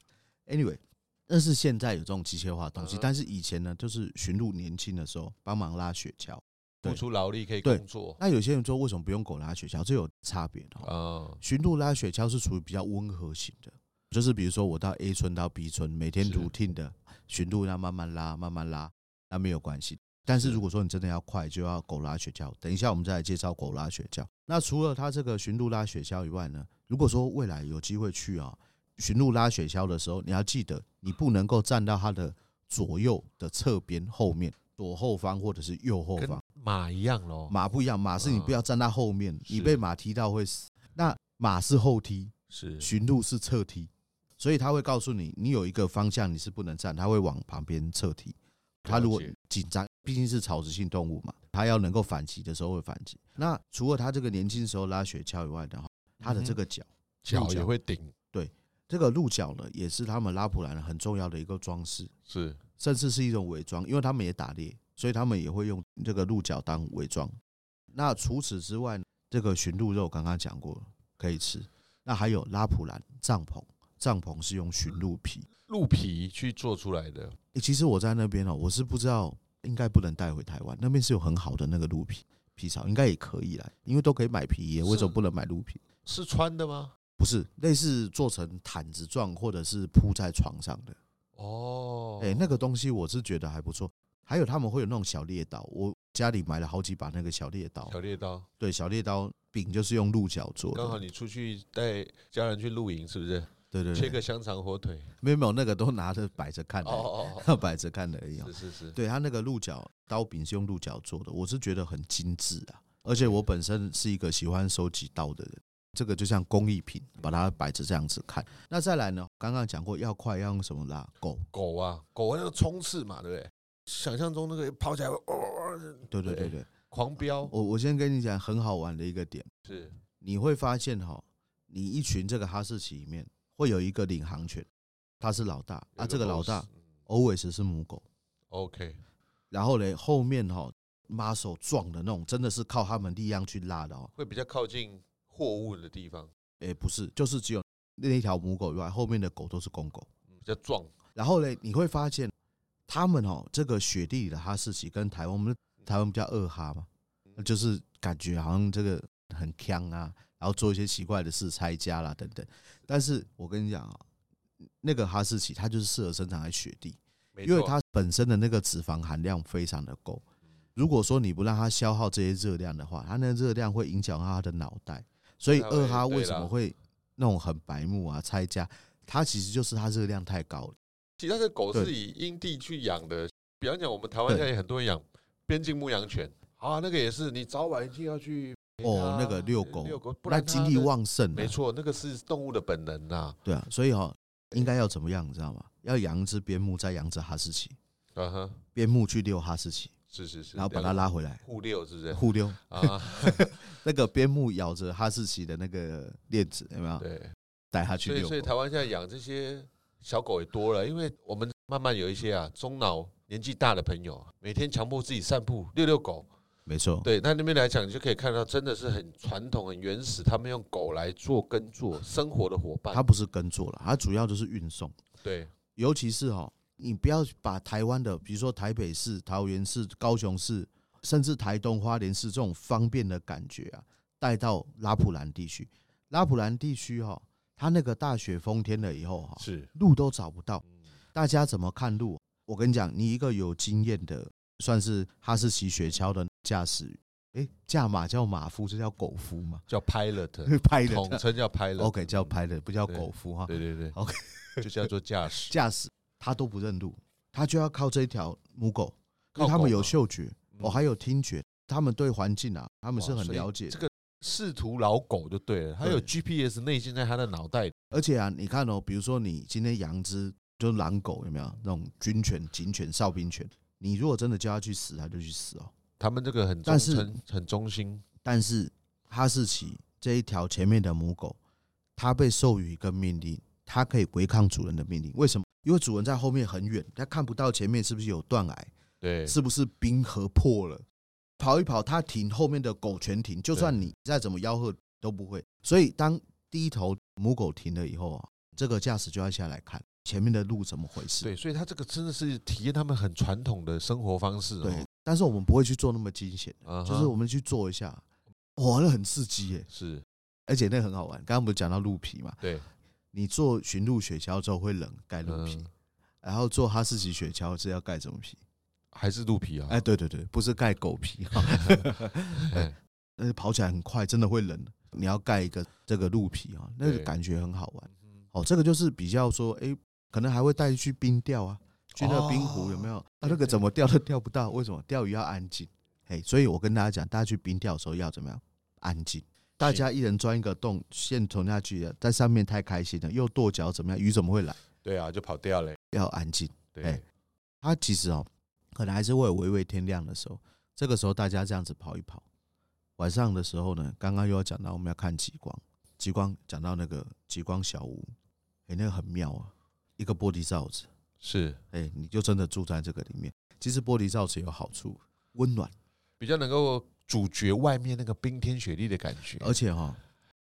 [SPEAKER 1] Anyway，但是现在有这种机械化的东西，
[SPEAKER 2] 嗯哼
[SPEAKER 1] 但是以前呢，就是驯鹿年轻的时候帮忙拉雪橇。对
[SPEAKER 2] 付出劳力可以
[SPEAKER 1] 对
[SPEAKER 2] 工作，
[SPEAKER 1] 那有些人说为什么不用狗拉雪橇？这有差别的、哦。
[SPEAKER 2] 啊，
[SPEAKER 1] 驯鹿拉雪橇是属于比较温和型的，就是比如说我到 A 村到 B 村，每天
[SPEAKER 2] 是
[SPEAKER 1] routine 的驯鹿要慢慢拉，慢慢拉，那没有关系。但是
[SPEAKER 2] 是
[SPEAKER 1] 如果说你真的要快，就要狗拉雪橇。等一下我们再来介绍狗拉雪橇。那除了它这个驯鹿拉雪橇以外呢，如果说未来有机会去啊，驯鹿拉雪橇的时候，你要记得你不能够站到它的左右的侧边后面，左后方或者是右后
[SPEAKER 2] 跟
[SPEAKER 1] 方。
[SPEAKER 2] 马一样喽，
[SPEAKER 1] 马不一样，马是你不要站到后面，你
[SPEAKER 2] 是
[SPEAKER 1] 被马踢到会死。那马是后踢，
[SPEAKER 2] 是
[SPEAKER 1] 驯鹿是侧踢，所以他会告诉你，你有一个方向你是不能站，他会往旁边侧踢。他如果
[SPEAKER 2] 了解
[SPEAKER 1] 紧张，毕竟是草食性动物嘛，他要能够反击的时候会反击。那除了他这个年轻时候拉雪橇以外的哈，他的这个脚，
[SPEAKER 2] 脚
[SPEAKER 1] 鹿
[SPEAKER 2] 也
[SPEAKER 1] 角
[SPEAKER 2] 会顶，
[SPEAKER 1] 这个鹿角呢，也是他们拉普兰很重要的一个装饰，
[SPEAKER 2] 是
[SPEAKER 1] 甚至是一种伪装，因为他们也打猎，所以他们也会用这个鹿角当伪装。那除此之外，这个驯鹿肉刚刚讲过了可以吃，那还有拉普兰帐篷，帐篷是用驯鹿皮。
[SPEAKER 2] 鹿皮去做出来的，
[SPEAKER 1] 欸其实我在那边哦，我是不知道，应该不能带回台湾，那边是有很好的那个鹿皮皮草，应该也可以啦，因为都可以买皮耶，
[SPEAKER 2] 是
[SPEAKER 1] 为什么不能买鹿皮？
[SPEAKER 2] 是穿的吗？
[SPEAKER 1] 不是，类似做成毯子状或者是铺在床上的，
[SPEAKER 2] 哦，
[SPEAKER 1] 哎、那个东西我是觉得还不错。还有他们会有那种小猎刀，我家里买了好几把那个小猎刀，
[SPEAKER 2] 小猎刀，
[SPEAKER 1] 对，小猎刀柄就是用鹿角做
[SPEAKER 2] 刚好
[SPEAKER 1] 的，
[SPEAKER 2] 你出去带家人去露营，是不是？
[SPEAKER 1] 对对
[SPEAKER 2] 切
[SPEAKER 1] 对，
[SPEAKER 2] 个香肠火腿，
[SPEAKER 1] 没有没有那个都拿着摆着看的，
[SPEAKER 2] 哦 哦
[SPEAKER 1] 摆着看的而已哦
[SPEAKER 2] 哦，。是是是，
[SPEAKER 1] 对，它那个鹿角刀柄是用鹿角做的，我是觉得很精致啊。而且我本身是一个喜欢收集到的人，这个就像工艺品，把它摆着这样子看。那再来呢？刚刚讲过要快，要用什么拉狗？
[SPEAKER 2] 狗啊，狗那个冲刺嘛，对不对？想象中那个跑起来，哦哦哦
[SPEAKER 1] 对对对对，
[SPEAKER 2] 狂飙
[SPEAKER 1] 我我先跟你讲很好玩的一个点，
[SPEAKER 2] 是
[SPEAKER 1] 你会发现哈、你一群这个哈士奇里面会有一个领航犬，它是老大
[SPEAKER 2] 有
[SPEAKER 1] 啊，
[SPEAKER 2] 一
[SPEAKER 1] 这个老大
[SPEAKER 2] boss，嗯
[SPEAKER 1] always 是母狗，
[SPEAKER 2] OK，
[SPEAKER 1] 然后嘞后面哈、马手撞的那种，真的是靠他们力量去拉的哦。
[SPEAKER 2] 会比较靠近货物的地方，
[SPEAKER 1] 诶，不是，就是只有那一条母狗以外，后面的狗都是公狗。
[SPEAKER 2] 嗯比较壮，
[SPEAKER 1] 然后嘞，你会发现他们哦，这个雪地里的哈士奇跟台湾我们
[SPEAKER 2] 嗯
[SPEAKER 1] 台湾比较二哈嘛，就是感觉好像这个很强啊，然后做一些奇怪的事，拆家啦等等。但是我跟你讲啊、那个哈士奇它就是适合生长在雪地，
[SPEAKER 2] 没
[SPEAKER 1] 因为
[SPEAKER 2] 错嗯
[SPEAKER 1] 它本身的那个脂肪含量非常的够。如果说你不让它消耗这些热量的话，它那热量会影响到它的脑袋。所以
[SPEAKER 2] 它会
[SPEAKER 1] 二哈为
[SPEAKER 2] 对
[SPEAKER 1] 什么
[SPEAKER 2] 啦
[SPEAKER 1] 会那种很白目啊、拆家？它其实就是它热量太高了。
[SPEAKER 2] 其他的狗是
[SPEAKER 1] 对
[SPEAKER 2] 以因地去养的，比方讲我们台湾现
[SPEAKER 1] 对
[SPEAKER 2] 在也很多人养边境牧羊犬啊，那个也是你早晚一定要去陪它。
[SPEAKER 1] 哦那个遛狗
[SPEAKER 2] 遛狗，不
[SPEAKER 1] 那
[SPEAKER 2] 然它
[SPEAKER 1] 精力
[SPEAKER 2] 的。
[SPEAKER 1] 旺盛、啊，
[SPEAKER 2] 没，错，那个是动物的本能呐、
[SPEAKER 1] 对啊，所以哦，应该要怎么样，你知道吗？要养一只边牧，再养一只哈士奇，
[SPEAKER 2] 啊。嗯哼，
[SPEAKER 1] 边牧去遛哈士奇，
[SPEAKER 2] 是是是，
[SPEAKER 1] 然后把它
[SPEAKER 2] 两个
[SPEAKER 1] 拉回来
[SPEAKER 2] 互遛，是不是？
[SPEAKER 1] 互遛。
[SPEAKER 2] 啊，
[SPEAKER 1] 那个边牧咬着哈士奇的那个链子，有没有
[SPEAKER 2] 对，
[SPEAKER 1] 带它去
[SPEAKER 2] 所以
[SPEAKER 1] 遛
[SPEAKER 2] 所以
[SPEAKER 1] 狗？
[SPEAKER 2] 台湾现在养这些小狗也多了，因为我们慢慢有一些啊中老年纪大的朋友，啊每天强迫自己散步遛遛狗，
[SPEAKER 1] 没错，
[SPEAKER 2] 对，那那边来讲，你就可以看到，真的是很传统、很原始，他们用狗来做耕作生活的伙
[SPEAKER 1] 它
[SPEAKER 2] 伴。
[SPEAKER 1] 不是耕作了，它主要就是运送。
[SPEAKER 2] 对，
[SPEAKER 1] 尤其是哦，你不要把台湾的，比如说台北市、桃园市、高雄市，甚至台东、花莲市这种方便的感觉啊，带到拉普兰地区。拉普兰地区哈、哦，它那个大雪封天了以后哈、
[SPEAKER 2] 是嗯
[SPEAKER 1] 路都找不到，大家怎么看路？我跟你讲，你一个有经验的，算是哈士奇雪橇的驾驶，诶，驾马叫马夫，这叫狗夫嘛？
[SPEAKER 2] 叫 pilot，
[SPEAKER 1] 拍的
[SPEAKER 2] 统称叫 pilot。嗯
[SPEAKER 1] ，OK，叫拍的，不叫狗夫哈。
[SPEAKER 2] 对对对
[SPEAKER 1] OK
[SPEAKER 2] 就叫做驾驶。
[SPEAKER 1] 驾驶他都不认路，他就要靠这一条母狗，因
[SPEAKER 2] 靠
[SPEAKER 1] 为
[SPEAKER 2] 狗
[SPEAKER 1] 他们有
[SPEAKER 2] 嘛
[SPEAKER 1] 嗅觉，哦，
[SPEAKER 2] 嗯
[SPEAKER 1] 还有听觉，他们对环境啊，他们是
[SPEAKER 2] 哇
[SPEAKER 1] 很
[SPEAKER 2] 所以
[SPEAKER 1] 了解
[SPEAKER 2] 这
[SPEAKER 1] 的。
[SPEAKER 2] 个仕途老狗就对了，它有
[SPEAKER 1] 对
[SPEAKER 2] GPS 内建在它的脑袋里。
[SPEAKER 1] 而且啊，你看哦，比如说你今天养只就是狼狗，有没有那种军犬、警犬、哨兵犬？你如果真的叫它去死，它就去死哦。
[SPEAKER 2] 他们这个很忠
[SPEAKER 1] 但是
[SPEAKER 2] 诚、很忠心，
[SPEAKER 1] 但是哈士奇这一条前面的母狗，它被授予一个命令，它可以违抗主人的命令。为什么？因为主人在后面很远，它看不到前面是不是有断崖，
[SPEAKER 2] 对，
[SPEAKER 1] 是不是冰河破了？跑一跑，它停，后面的狗全停，就
[SPEAKER 2] 对
[SPEAKER 1] 算你再怎么吆喝都不会。所以当第一头母狗停了以后啊，这个驾驶就要下来看前面的路怎么回事。
[SPEAKER 2] 对，所以它这个真的是体验他们很传统的生活方式、哦。
[SPEAKER 1] 对，但是我们不会去做那么惊险，
[SPEAKER 2] 啊哈，
[SPEAKER 1] 就是我们去做一下，哇，那很刺激耶，
[SPEAKER 2] 是
[SPEAKER 1] 而且那很好玩。刚刚不是讲到鹿皮嘛？
[SPEAKER 2] 对，
[SPEAKER 1] 你做驯鹿雪橇之后会冷，盖鹿皮。
[SPEAKER 2] 嗯，
[SPEAKER 1] 然后做哈士奇雪橇是要盖什么皮？
[SPEAKER 2] 还是鹿皮啊？
[SPEAKER 1] 哎，对对对，不是盖狗皮 哈，
[SPEAKER 2] 哎，
[SPEAKER 1] 但是跑起来很快，真的会冷。你要盖一个这个鹿皮啊，那个
[SPEAKER 2] 对
[SPEAKER 1] 感觉很好玩。
[SPEAKER 2] 嗯
[SPEAKER 1] 哦，这个就是比较说，哎、可能还会带去冰钓啊，去那个冰湖
[SPEAKER 2] 哦
[SPEAKER 1] 有没有？啊、
[SPEAKER 2] 对
[SPEAKER 1] 那个
[SPEAKER 2] 对
[SPEAKER 1] 怎么钓都钓不到，为什么？钓鱼要安静。哎，所以我跟大家讲，大家去冰钓的时候要怎么样？安静。大家一人钻一个洞，线吞下去，在上面太开心了，又跺脚怎么样？鱼怎么会来？
[SPEAKER 2] 对啊，就跑掉了。
[SPEAKER 1] 要安静。
[SPEAKER 2] 对
[SPEAKER 1] 哎，它其实哦，可能还是会有微微天亮的时候。这个时候大家这样子跑一跑，晚上的时候呢，刚刚又要讲到我们要看极光，极光讲到那个极光小屋，哎、那个很妙啊，一个玻璃罩子，
[SPEAKER 2] 是
[SPEAKER 1] 哎、你就真的住在这个里面。其实玻璃罩子有好处，温暖，
[SPEAKER 2] 比较能够主角外面那个冰天雪地的感觉。
[SPEAKER 1] 而且哈、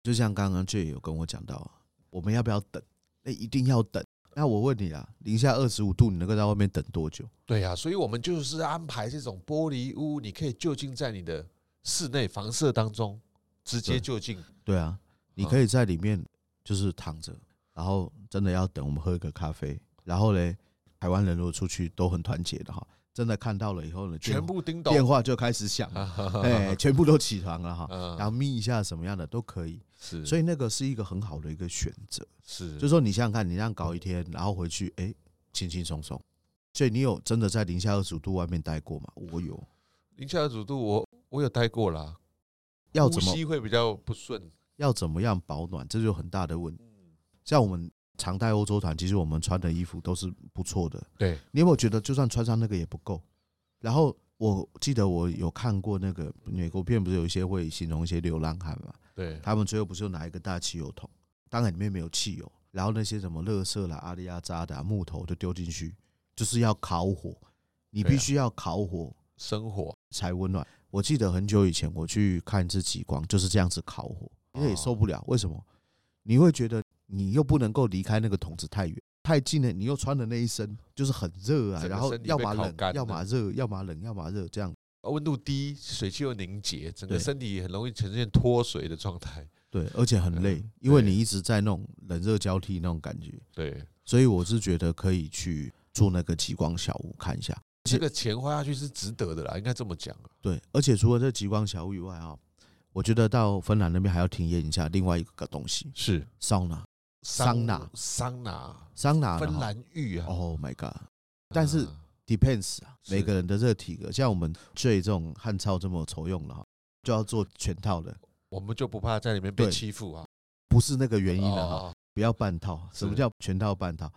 [SPEAKER 1] 就像刚刚 J 有跟我讲到啊，我们要不要等？那、一定要等。那我问你啊，零下二十五度，你能够在外面等多久？
[SPEAKER 2] 对呀、所以我们就是安排这种玻璃屋，你可以就近在你的室内房舍当中直接
[SPEAKER 1] 对
[SPEAKER 2] 就近。
[SPEAKER 1] 对啊，你
[SPEAKER 2] 嗯
[SPEAKER 1] 可以在里面就是躺着，然后真的要等我们喝一个咖啡，然后嘞，台湾人如果出去都很团结的哈，真的看到了以后呢，
[SPEAKER 2] 全
[SPEAKER 1] 电
[SPEAKER 2] 部叮
[SPEAKER 1] 电
[SPEAKER 2] 咚。
[SPEAKER 1] 话就开始响了， 哎，全部都起床了哈，
[SPEAKER 2] 嗯
[SPEAKER 1] 然后眯一下什么样的都可以，
[SPEAKER 2] 是，
[SPEAKER 1] 所
[SPEAKER 2] 以
[SPEAKER 1] 以那个是一个很好的一个选择，
[SPEAKER 2] 是
[SPEAKER 1] 就是说你想想看，你这样搞一天，然后回去，哎，轻轻松松。所以你有真的在零下二十五度外面待过吗？我有，
[SPEAKER 2] 零下二十度我我有待过啦，
[SPEAKER 1] 要
[SPEAKER 2] 呼
[SPEAKER 1] 怎么
[SPEAKER 2] 吸会比较不顺。
[SPEAKER 1] 要怎么样保暖，这就有很大的问题。
[SPEAKER 2] 嗯
[SPEAKER 1] 像我们常带欧洲团，其实我们穿的衣服都是不错的。
[SPEAKER 2] 对，
[SPEAKER 1] 你有没有觉得，就算穿上那个也不够？然后我记得我有看过那个美国片，不是有一些会形容一些流浪汉嘛？
[SPEAKER 2] 对，
[SPEAKER 1] 他们最后不是有拿一个大汽油桶，当然里面没有汽油，然后那些什么垃圾啦、阿里亚渣的啊、木头就丢进去，就是要烤火，你
[SPEAKER 2] 对
[SPEAKER 1] 必
[SPEAKER 2] 啊
[SPEAKER 1] 须要烤火
[SPEAKER 2] 生活
[SPEAKER 1] 才温暖。我记得很久以前我去看一次极光，就是这样子烤火，因
[SPEAKER 2] 哦
[SPEAKER 1] 为也受不了。为什么？你会觉得你又不能够离开那个桶子太远，太近了，你又穿的那一身就是很热啊，
[SPEAKER 2] 整个
[SPEAKER 1] 然后
[SPEAKER 2] 身体
[SPEAKER 1] 要
[SPEAKER 2] 被
[SPEAKER 1] 么
[SPEAKER 2] 烤
[SPEAKER 1] 冷
[SPEAKER 2] 干，
[SPEAKER 1] 要
[SPEAKER 2] 了
[SPEAKER 1] 么热，要么冷，要么热，这样
[SPEAKER 2] 温度低，水汽又凝结，整个
[SPEAKER 1] 对
[SPEAKER 2] 身体很容易呈现脱水的状态。
[SPEAKER 1] 对，而且很累
[SPEAKER 2] 嗯，
[SPEAKER 1] 因为
[SPEAKER 2] 对
[SPEAKER 1] 你一直在那种冷热交替那种感觉。
[SPEAKER 2] 对，
[SPEAKER 1] 所以我是觉得可以去住那个极光小屋看一下。
[SPEAKER 2] 这个钱花下去是值得的啦，应该这么讲啊。
[SPEAKER 1] 对，而且除了这极光小屋以外啊，我觉得到芬兰那边还要体验一下另外一个东西
[SPEAKER 2] 是
[SPEAKER 1] ——桑拿。桑拿
[SPEAKER 2] 桑拿，
[SPEAKER 1] 桑拿呢
[SPEAKER 2] 芬兰浴啊。
[SPEAKER 1] ，Oh my God，depends 但是
[SPEAKER 2] 嗯
[SPEAKER 1] 啊，
[SPEAKER 2] 是
[SPEAKER 1] 每个人的这个体格，像我们最这种汗臭这么愁用了哈，就要做全套的，
[SPEAKER 2] 我们就不怕在里面被
[SPEAKER 1] 对
[SPEAKER 2] 欺负啊。
[SPEAKER 1] 不是那个原因啊了哈。
[SPEAKER 2] 哦，
[SPEAKER 1] 不要半套。
[SPEAKER 2] 是
[SPEAKER 1] 什么叫全套半套？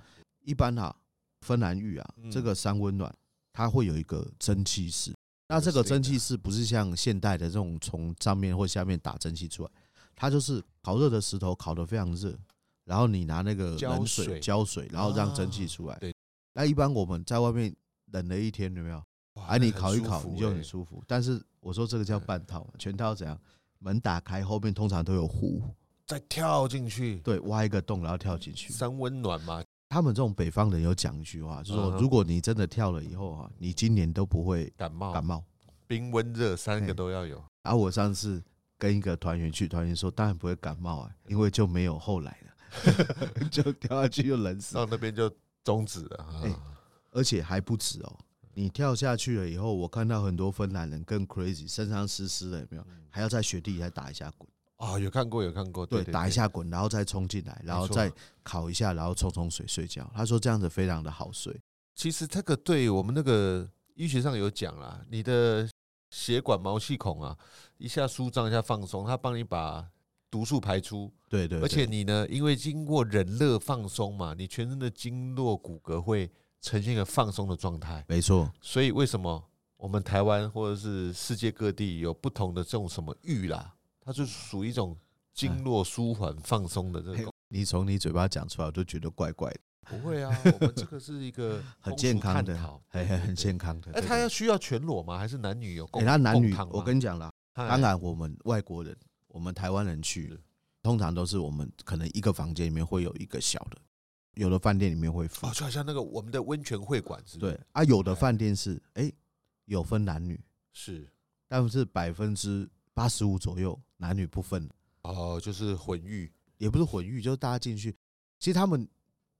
[SPEAKER 1] 一般哈、芬兰浴啊，
[SPEAKER 2] 嗯
[SPEAKER 1] 这个三温暖它会有一个蒸汽室。那这个蒸汽室不是像现代的这种从上面或下面打蒸汽出来，它就是烤热的石头烤得非常热，然后你拿那个
[SPEAKER 2] 浇
[SPEAKER 1] 冷水
[SPEAKER 2] 水
[SPEAKER 1] 浇水，然后让蒸汽出来
[SPEAKER 2] 啊。对，
[SPEAKER 1] 那一般我们在外面冷了一天，有没有？
[SPEAKER 2] 哇
[SPEAKER 1] 哎，你烤一烤你就很。
[SPEAKER 2] 那很舒服
[SPEAKER 1] 舒
[SPEAKER 2] 欸嗯
[SPEAKER 1] 服。但是我说这个叫半套嘛，全套怎样？门打开后面通常都有湖，
[SPEAKER 2] 再跳进去，
[SPEAKER 1] 对，挖一个洞然后跳进去。
[SPEAKER 2] 三温暖嘛，
[SPEAKER 1] 他们这种北方人有讲一句话，就是
[SPEAKER 2] 嗯
[SPEAKER 1] 说，
[SPEAKER 2] 哼
[SPEAKER 1] 如果你真的跳了以后啊，你今年都不会
[SPEAKER 2] 感冒、
[SPEAKER 1] 感冒。
[SPEAKER 2] 冰温热三个
[SPEAKER 1] 嘿
[SPEAKER 2] 都要有。
[SPEAKER 1] 然后我上次跟一个团员去，团员说当然不会感冒啊，因为就没有后来了， 就跳下去就冷死了，
[SPEAKER 2] 到那边就终止了。啊
[SPEAKER 1] 哎 而且还不止哦。你跳下去了以后，我看到很多芬兰人更 crazy，身上湿湿的，有没有？
[SPEAKER 2] 嗯
[SPEAKER 1] 还要在雪地里再打一下滚，
[SPEAKER 2] 啊，有看过，有看过，
[SPEAKER 1] 对，
[SPEAKER 2] 对，
[SPEAKER 1] 打一下滚，然后再冲进来，然后
[SPEAKER 2] 没错
[SPEAKER 1] 再烤一下，然后冲冲水睡觉。他说这样子非常的好睡，
[SPEAKER 2] 其实这个对我们那个医学上有讲啦，你的血管毛细孔啊，一下舒张，一下放松，它帮你把毒素排出，
[SPEAKER 1] 对对对
[SPEAKER 2] 而且你呢，因为经过忍热放松嘛，你全身的经络骨骼会呈现一个放松的状态。
[SPEAKER 1] 没错，
[SPEAKER 2] 所以为什么我们台湾或者是世界各地有不同的这种什么浴啦，它就是属于一种
[SPEAKER 1] 哎
[SPEAKER 2] 经络舒缓放松的这种。
[SPEAKER 1] 你从你嘴巴讲出来，我就觉得怪怪的。
[SPEAKER 2] 不会啊，我们这个是一个
[SPEAKER 1] 很健康
[SPEAKER 2] 通
[SPEAKER 1] 的
[SPEAKER 2] 俗探讨，
[SPEAKER 1] 很
[SPEAKER 2] 对
[SPEAKER 1] 很很。健康的。
[SPEAKER 2] 哎，
[SPEAKER 1] 对
[SPEAKER 2] 他要
[SPEAKER 1] 对
[SPEAKER 2] 需要全裸吗？还是男女有共？
[SPEAKER 1] 哎他男女
[SPEAKER 2] 共烫，吗
[SPEAKER 1] 我跟你讲啦，
[SPEAKER 2] 哎
[SPEAKER 1] 当然我们外国人，我们台湾人去
[SPEAKER 2] 是，
[SPEAKER 1] 通常都是我们可能一个房间里面会有一个小的，有的饭店里面会附
[SPEAKER 2] 哦，，就好像那个我们的温泉会馆是不是
[SPEAKER 1] 对啊，有
[SPEAKER 2] 哎
[SPEAKER 1] 的饭店是哎有分男女，
[SPEAKER 2] 是
[SPEAKER 1] 但是百分之八十五左右男女不分，
[SPEAKER 2] 哦，就是混浴，
[SPEAKER 1] 也不是混浴，就是大家进去，其实他们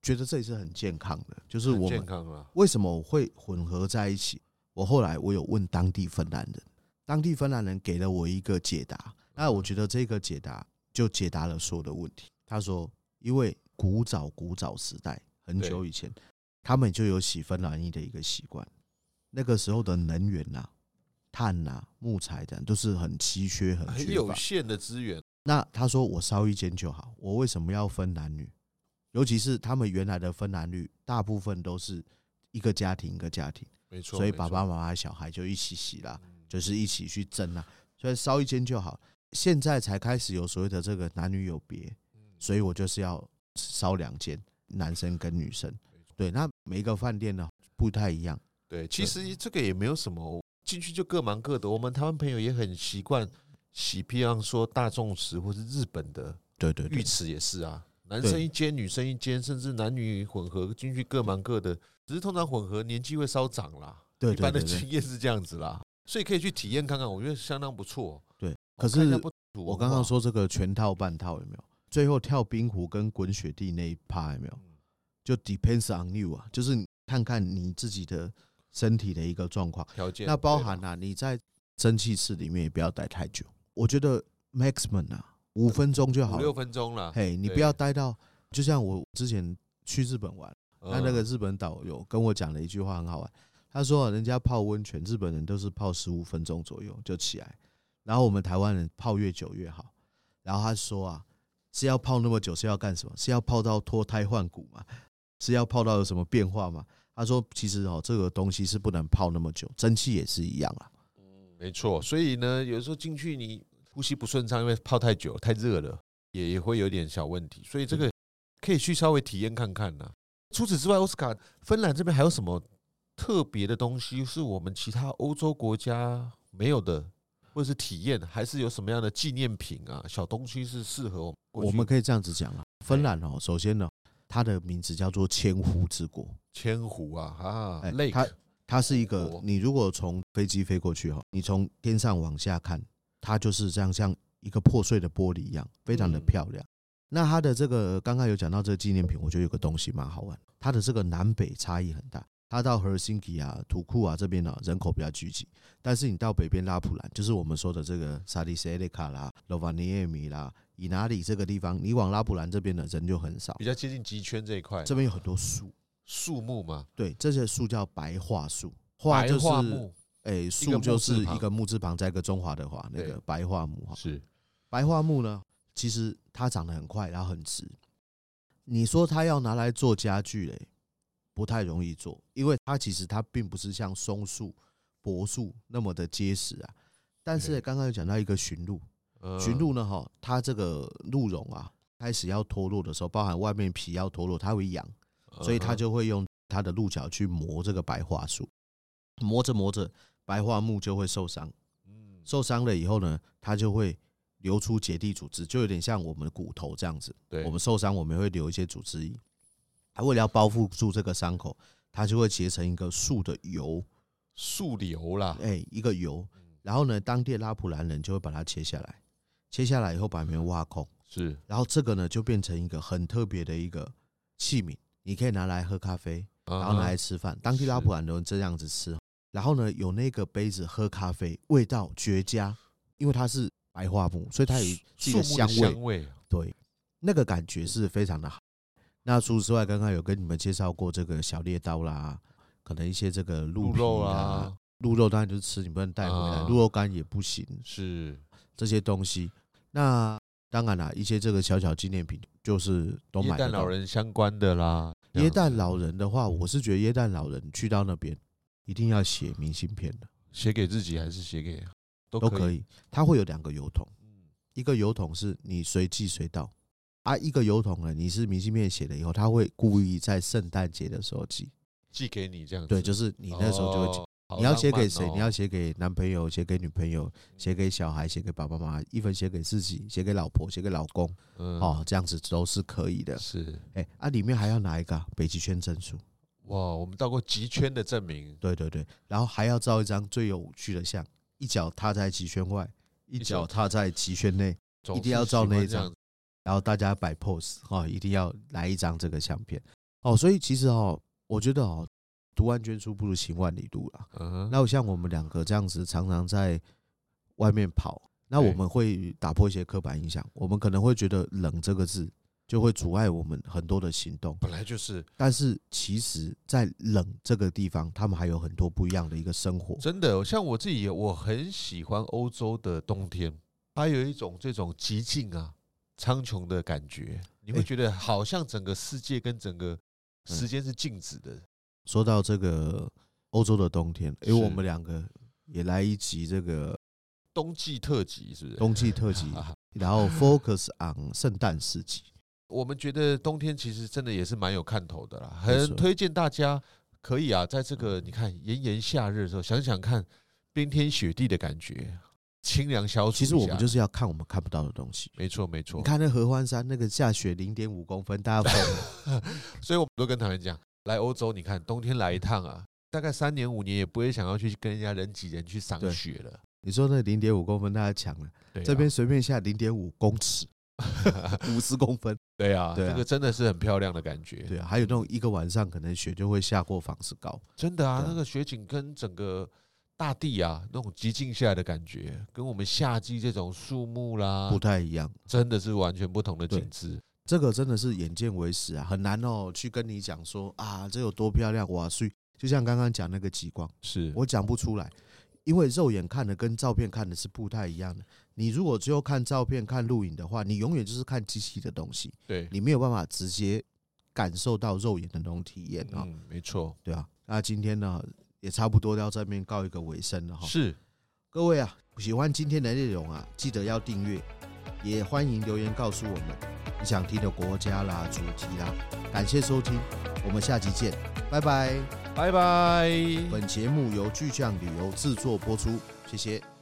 [SPEAKER 1] 觉得这也是很健康的，就是
[SPEAKER 2] 很
[SPEAKER 1] 我们
[SPEAKER 2] 健康啊，
[SPEAKER 1] 为什么我会混合在一起？我后来我有问当地芬兰人，当地芬兰人给了我一个解答，那我觉得这个解答就解答了所有的问题。他说，因为古早古早时代很久以前，他们就有洗芬兰浴的一个习惯，那个时候的能源呐、碳呐、木材等都是很稀缺、很
[SPEAKER 2] 很
[SPEAKER 1] 缺乏
[SPEAKER 2] 有。限的资源，
[SPEAKER 1] 那他说我烧一间就好，我为什么要分男女？尤其是他们原来的分男女，大部分都是一个家庭一个家庭，
[SPEAKER 2] 没错。
[SPEAKER 1] 所以
[SPEAKER 2] 没错
[SPEAKER 1] 爸爸妈妈小孩就一起洗啦，
[SPEAKER 2] 嗯
[SPEAKER 1] 就是一起去争啦，所以烧一间就好。现在才开始有所谓的这个男女有别，
[SPEAKER 2] 嗯
[SPEAKER 1] 所以我就是要烧两间，男生跟女生。对，那每一个饭店呢不太一样，
[SPEAKER 2] 对，其实这个也没有什么，进去就各忙各的。我们台湾朋友也很习惯洗，譬方说大众池或是日本的
[SPEAKER 1] 对对
[SPEAKER 2] 浴
[SPEAKER 1] 对，
[SPEAKER 2] 池也是啊，男
[SPEAKER 1] 对
[SPEAKER 2] 生一间，女生一间，甚至男女混合进去各忙各的。只是通常混合年纪会稍长啦，
[SPEAKER 1] 对
[SPEAKER 2] 一般
[SPEAKER 1] 对
[SPEAKER 2] 的
[SPEAKER 1] 对对
[SPEAKER 2] 经验是这样子啦，所以可以去体验看看，我觉得相当不错。
[SPEAKER 1] 对。
[SPEAKER 2] 我
[SPEAKER 1] 可
[SPEAKER 2] 看一下
[SPEAKER 1] 是
[SPEAKER 2] 不同
[SPEAKER 1] 我
[SPEAKER 2] 文
[SPEAKER 1] 刚刚
[SPEAKER 2] 化
[SPEAKER 1] 说这个全套半套有没有？最后跳冰壶跟滚雪地那一趴有没有？就 depends on you 啊，就是你看看你自己的身体的一个状况。
[SPEAKER 2] 条件，
[SPEAKER 1] 那包
[SPEAKER 2] 对
[SPEAKER 1] 含
[SPEAKER 2] 啦
[SPEAKER 1] 啊，你在蒸汽室里面也不要待太久，我觉得 maximum 啊，五分钟就
[SPEAKER 2] 五
[SPEAKER 1] 好
[SPEAKER 2] 六
[SPEAKER 1] 了。
[SPEAKER 2] 分钟啦。
[SPEAKER 1] 嘿，你不
[SPEAKER 2] 对
[SPEAKER 1] 要待到，就像我之前去日本玩，
[SPEAKER 2] 嗯
[SPEAKER 1] 那那个日本导游跟我讲了一句话很好玩，他说啊人家泡温泉，日本人都是泡十五分钟左右就起来，然后我们台湾人泡越久越好。然后他说啊，是要泡那么久是要干什么？是要泡到脱胎换骨吗？是要泡到有什么变化吗？他说其实哦，这个东西是不能泡那么久，蒸汽也是一样啊。
[SPEAKER 2] 没错，所以呢，有时候进去你呼吸不顺畅，因为泡太久太热了，也也会有点小问题。所以
[SPEAKER 1] 嗯
[SPEAKER 2] 这个可以去稍微体验看看呐。除此之外，奥斯卡芬兰这边还有什么特别的东西是我们其他欧洲国家没有的，或者是体验，还是有什么样的纪念品啊、小东西是适合我们过去？
[SPEAKER 1] 我们可以这样子讲啊，芬兰哦，首先呢，它的名字叫做千湖之国，
[SPEAKER 2] 千湖啊啊
[SPEAKER 1] 哎
[SPEAKER 2] ，lake，
[SPEAKER 1] 它它是一
[SPEAKER 2] 湖
[SPEAKER 1] 个
[SPEAKER 2] 泊
[SPEAKER 1] 你如果从飞机飞过去哈，你从天上往下看，它就是这样像一个破碎的玻璃一样，非常的
[SPEAKER 2] 嗯
[SPEAKER 1] 漂亮。那它的这个刚刚有讲到这个纪念品，我觉得有个东西蛮好玩，它的这个南北差异很大。它到赫尔辛基啊、土库啊这边呢、人口比较聚集，但是你到北边拉普兰，就是我们说的这个萨利塞雷卡啦、罗瓦尼耶米啦、以哪里这个地方，你往拉普兰这边的人就很少
[SPEAKER 2] 比。较接近极圈这一块，
[SPEAKER 1] 这边有很多树，
[SPEAKER 2] 树木嘛，
[SPEAKER 1] 对，这些树叫白桦树，桦
[SPEAKER 2] 白
[SPEAKER 1] 就是
[SPEAKER 2] 桦木
[SPEAKER 1] 诶，
[SPEAKER 2] 一个
[SPEAKER 1] 哎树
[SPEAKER 2] 木
[SPEAKER 1] 就
[SPEAKER 2] 字
[SPEAKER 1] 是
[SPEAKER 2] 旁
[SPEAKER 1] 一个木字旁加一个中华的华，那
[SPEAKER 2] 对
[SPEAKER 1] 个白桦木哈。
[SPEAKER 2] 是
[SPEAKER 1] 白桦木呢，其实它长得很快，然后很直。你说它要拿来做家具嘞，不太容易做，因为它其实它并不是像松树、柏树那么的结实啊。但是
[SPEAKER 2] 对
[SPEAKER 1] 刚刚有讲到一个驯鹿，
[SPEAKER 2] 呃
[SPEAKER 1] 驯鹿呢哈，它这个鹿茸啊，开始要脱落的时候，包含外面皮要脱落，它会痒。所
[SPEAKER 2] 嗯
[SPEAKER 1] 以他就会用他的鹿角去磨这个白桦树，磨着磨着，白桦木就会受伤，
[SPEAKER 2] 嗯
[SPEAKER 1] 受伤了以后呢，它就会流出结缔组织，就有点像我们的骨头这样子。
[SPEAKER 2] 对
[SPEAKER 1] 我们受伤，我们会留一些组织液，它为了要包覆住这个伤口，它就会结成一个树的油，
[SPEAKER 2] 树瘤啦，
[SPEAKER 1] 哎、一个油。
[SPEAKER 2] 嗯
[SPEAKER 1] 然后呢，当地拉普兰人就会把它切下来，切下来以后把里面挖空，
[SPEAKER 2] 是
[SPEAKER 1] 然后这个呢就变成一个很特别的一个器皿，你可以拿来喝咖啡，
[SPEAKER 2] 然
[SPEAKER 1] 然后拿来吃饭。当地拉普兰人这样子吃，然后呢，有那个杯子喝咖啡，味道绝佳，因为它是白桦木，所以它有自己
[SPEAKER 2] 树
[SPEAKER 1] 的
[SPEAKER 2] 木
[SPEAKER 1] 香味，
[SPEAKER 2] 香味啊，
[SPEAKER 1] 对，那个感觉是非常的好。那除此之外，刚刚有跟你们介绍过这个小猎刀啦，可能一些这个鹿
[SPEAKER 2] 鹿
[SPEAKER 1] 皮
[SPEAKER 2] 肉
[SPEAKER 1] 啦
[SPEAKER 2] 啊，，
[SPEAKER 1] 鹿肉当然就是吃，你不能带回来，
[SPEAKER 2] 啊
[SPEAKER 1] 鹿肉干也不行，
[SPEAKER 2] 是
[SPEAKER 1] 这些东西。那当然啦，一些这个小小纪念品就是都
[SPEAKER 2] 耶
[SPEAKER 1] 买
[SPEAKER 2] 诞
[SPEAKER 1] 得
[SPEAKER 2] 老
[SPEAKER 1] 到。
[SPEAKER 2] 人相关的啦，这
[SPEAKER 1] 耶
[SPEAKER 2] 样子
[SPEAKER 1] 诞老人的话，我是觉得耶诞老人去到那边一定要写明信片的，
[SPEAKER 2] 写给自己还是写给都
[SPEAKER 1] 都
[SPEAKER 2] 可
[SPEAKER 1] 可
[SPEAKER 2] 以，
[SPEAKER 1] 以。它会有两个邮筒，
[SPEAKER 2] 嗯
[SPEAKER 1] 一个邮筒是你随寄随到啊，一个邮筒呢你是明信片写了以后，他会故意在圣诞节的时候寄。
[SPEAKER 2] 寄给你这样子，哦
[SPEAKER 1] 对，就是你那时候就会寄。
[SPEAKER 2] 会
[SPEAKER 1] 你要写给
[SPEAKER 2] 哦
[SPEAKER 1] 谁？你要写给男朋友，写给女朋
[SPEAKER 2] 嗯
[SPEAKER 1] 友，写给小孩，写给爸爸妈妈，一份写给自己，写给老婆，写给老公，
[SPEAKER 2] 哦
[SPEAKER 1] 哦，这样子都是可以的。
[SPEAKER 2] 是
[SPEAKER 1] 哎，啊，里面还要拿一个啊北极圈证书。
[SPEAKER 2] 哇，我们到过极圈的证明，
[SPEAKER 1] 对对对，然后还要照一张最有趣的像，一脚踏在极圈外，一
[SPEAKER 2] 一脚
[SPEAKER 1] 脚踏在极圈内，
[SPEAKER 2] 总
[SPEAKER 1] 一定要
[SPEAKER 2] 是喜
[SPEAKER 1] 照
[SPEAKER 2] 欢
[SPEAKER 1] 那一
[SPEAKER 2] 这样
[SPEAKER 1] 张
[SPEAKER 2] 子，
[SPEAKER 1] 然后大家摆 pose 哦，一定要来一张这个相片哦。所以其实哦，我觉得哦，读万卷书不如行万里路啦。
[SPEAKER 2] 嗯哼，
[SPEAKER 1] 那像我们两个这样子，常常在外面跑，那
[SPEAKER 2] 对
[SPEAKER 1] 我们会打破一些刻板印象，我们可能会觉得“冷”这个字就会阻碍我们很多的行动。
[SPEAKER 2] 本来就是
[SPEAKER 1] 但是其实，在冷这个地方，他们还有很多不一样的一个生活。
[SPEAKER 2] 真的，像我自己，我很喜欢欧洲的冬天，它有一种这种极静啊、苍穹的感觉，你会
[SPEAKER 1] 哎嗯
[SPEAKER 2] 觉得好像整个世界跟整个时间是静止的。
[SPEAKER 1] 说到这个欧洲的冬天，因为
[SPEAKER 2] 是
[SPEAKER 1] 我们两个也来一集这个
[SPEAKER 2] 冬季特辑是不是？
[SPEAKER 1] 冬季特
[SPEAKER 2] ，
[SPEAKER 1] 辑
[SPEAKER 2] 啊
[SPEAKER 1] 然后 focus on 圣诞市集。
[SPEAKER 2] 我们觉得冬天其实真的也是蛮有看头的啦，
[SPEAKER 1] 没
[SPEAKER 2] 很
[SPEAKER 1] 错
[SPEAKER 2] 推荐大家可以啊，在这个你看炎炎夏日的时候，想想看冰天雪地的感觉，清凉消暑一下。
[SPEAKER 1] 其实我们就是要看我们看不到的东西。
[SPEAKER 2] 没错没错
[SPEAKER 1] 你，看那合欢山那个下雪零点五公分，大家疯 了
[SPEAKER 2] 所以我们都跟台湾讲，来欧洲，你看冬天来一趟啊，大概三年五年也不会想要去跟人家人挤人去赏
[SPEAKER 1] 对
[SPEAKER 2] 雪了。
[SPEAKER 1] 你说那零点五公分大家抢了，
[SPEAKER 2] 对啊
[SPEAKER 1] 这边随便下零点五公 尺，五十公分。
[SPEAKER 2] 对啊，
[SPEAKER 1] 对啊
[SPEAKER 2] 这个真的是很漂亮的感觉，
[SPEAKER 1] 对啊，还有那种一个晚上可能雪就会下过房子高。
[SPEAKER 2] 真的啊，
[SPEAKER 1] 对啊
[SPEAKER 2] 那个雪景跟整个大地啊那种极静下来的感觉，跟我们夏季这种树木啦
[SPEAKER 1] 不，太一样。
[SPEAKER 2] 真的是完全不同的
[SPEAKER 1] 对
[SPEAKER 2] 景致。
[SPEAKER 1] 这个真的是眼见为实啊，很难哦，去跟你讲说啊，这有多漂亮哇！所以就像刚刚讲那个极光，
[SPEAKER 2] 是，
[SPEAKER 1] 我讲不出来，因为肉眼看的跟照片看的是不太一样的。你如果只有看照片、看录影的话，你永远就是看机器的东西，
[SPEAKER 2] 对，
[SPEAKER 1] 你没有办法直接感受到肉眼的那种体验啊、
[SPEAKER 2] 嗯，没错，
[SPEAKER 1] 对啊，那今天呢也差不多要这边告一个尾声了哈。
[SPEAKER 2] 是
[SPEAKER 1] 各位啊，喜欢今天的内容啊，记得要订阅，也欢迎留言告诉我们你想听的国家啦、主题啦。感谢收听，我们下集见，拜拜。
[SPEAKER 2] 拜拜。
[SPEAKER 1] 本节目由巨匠旅游制作播出，谢谢。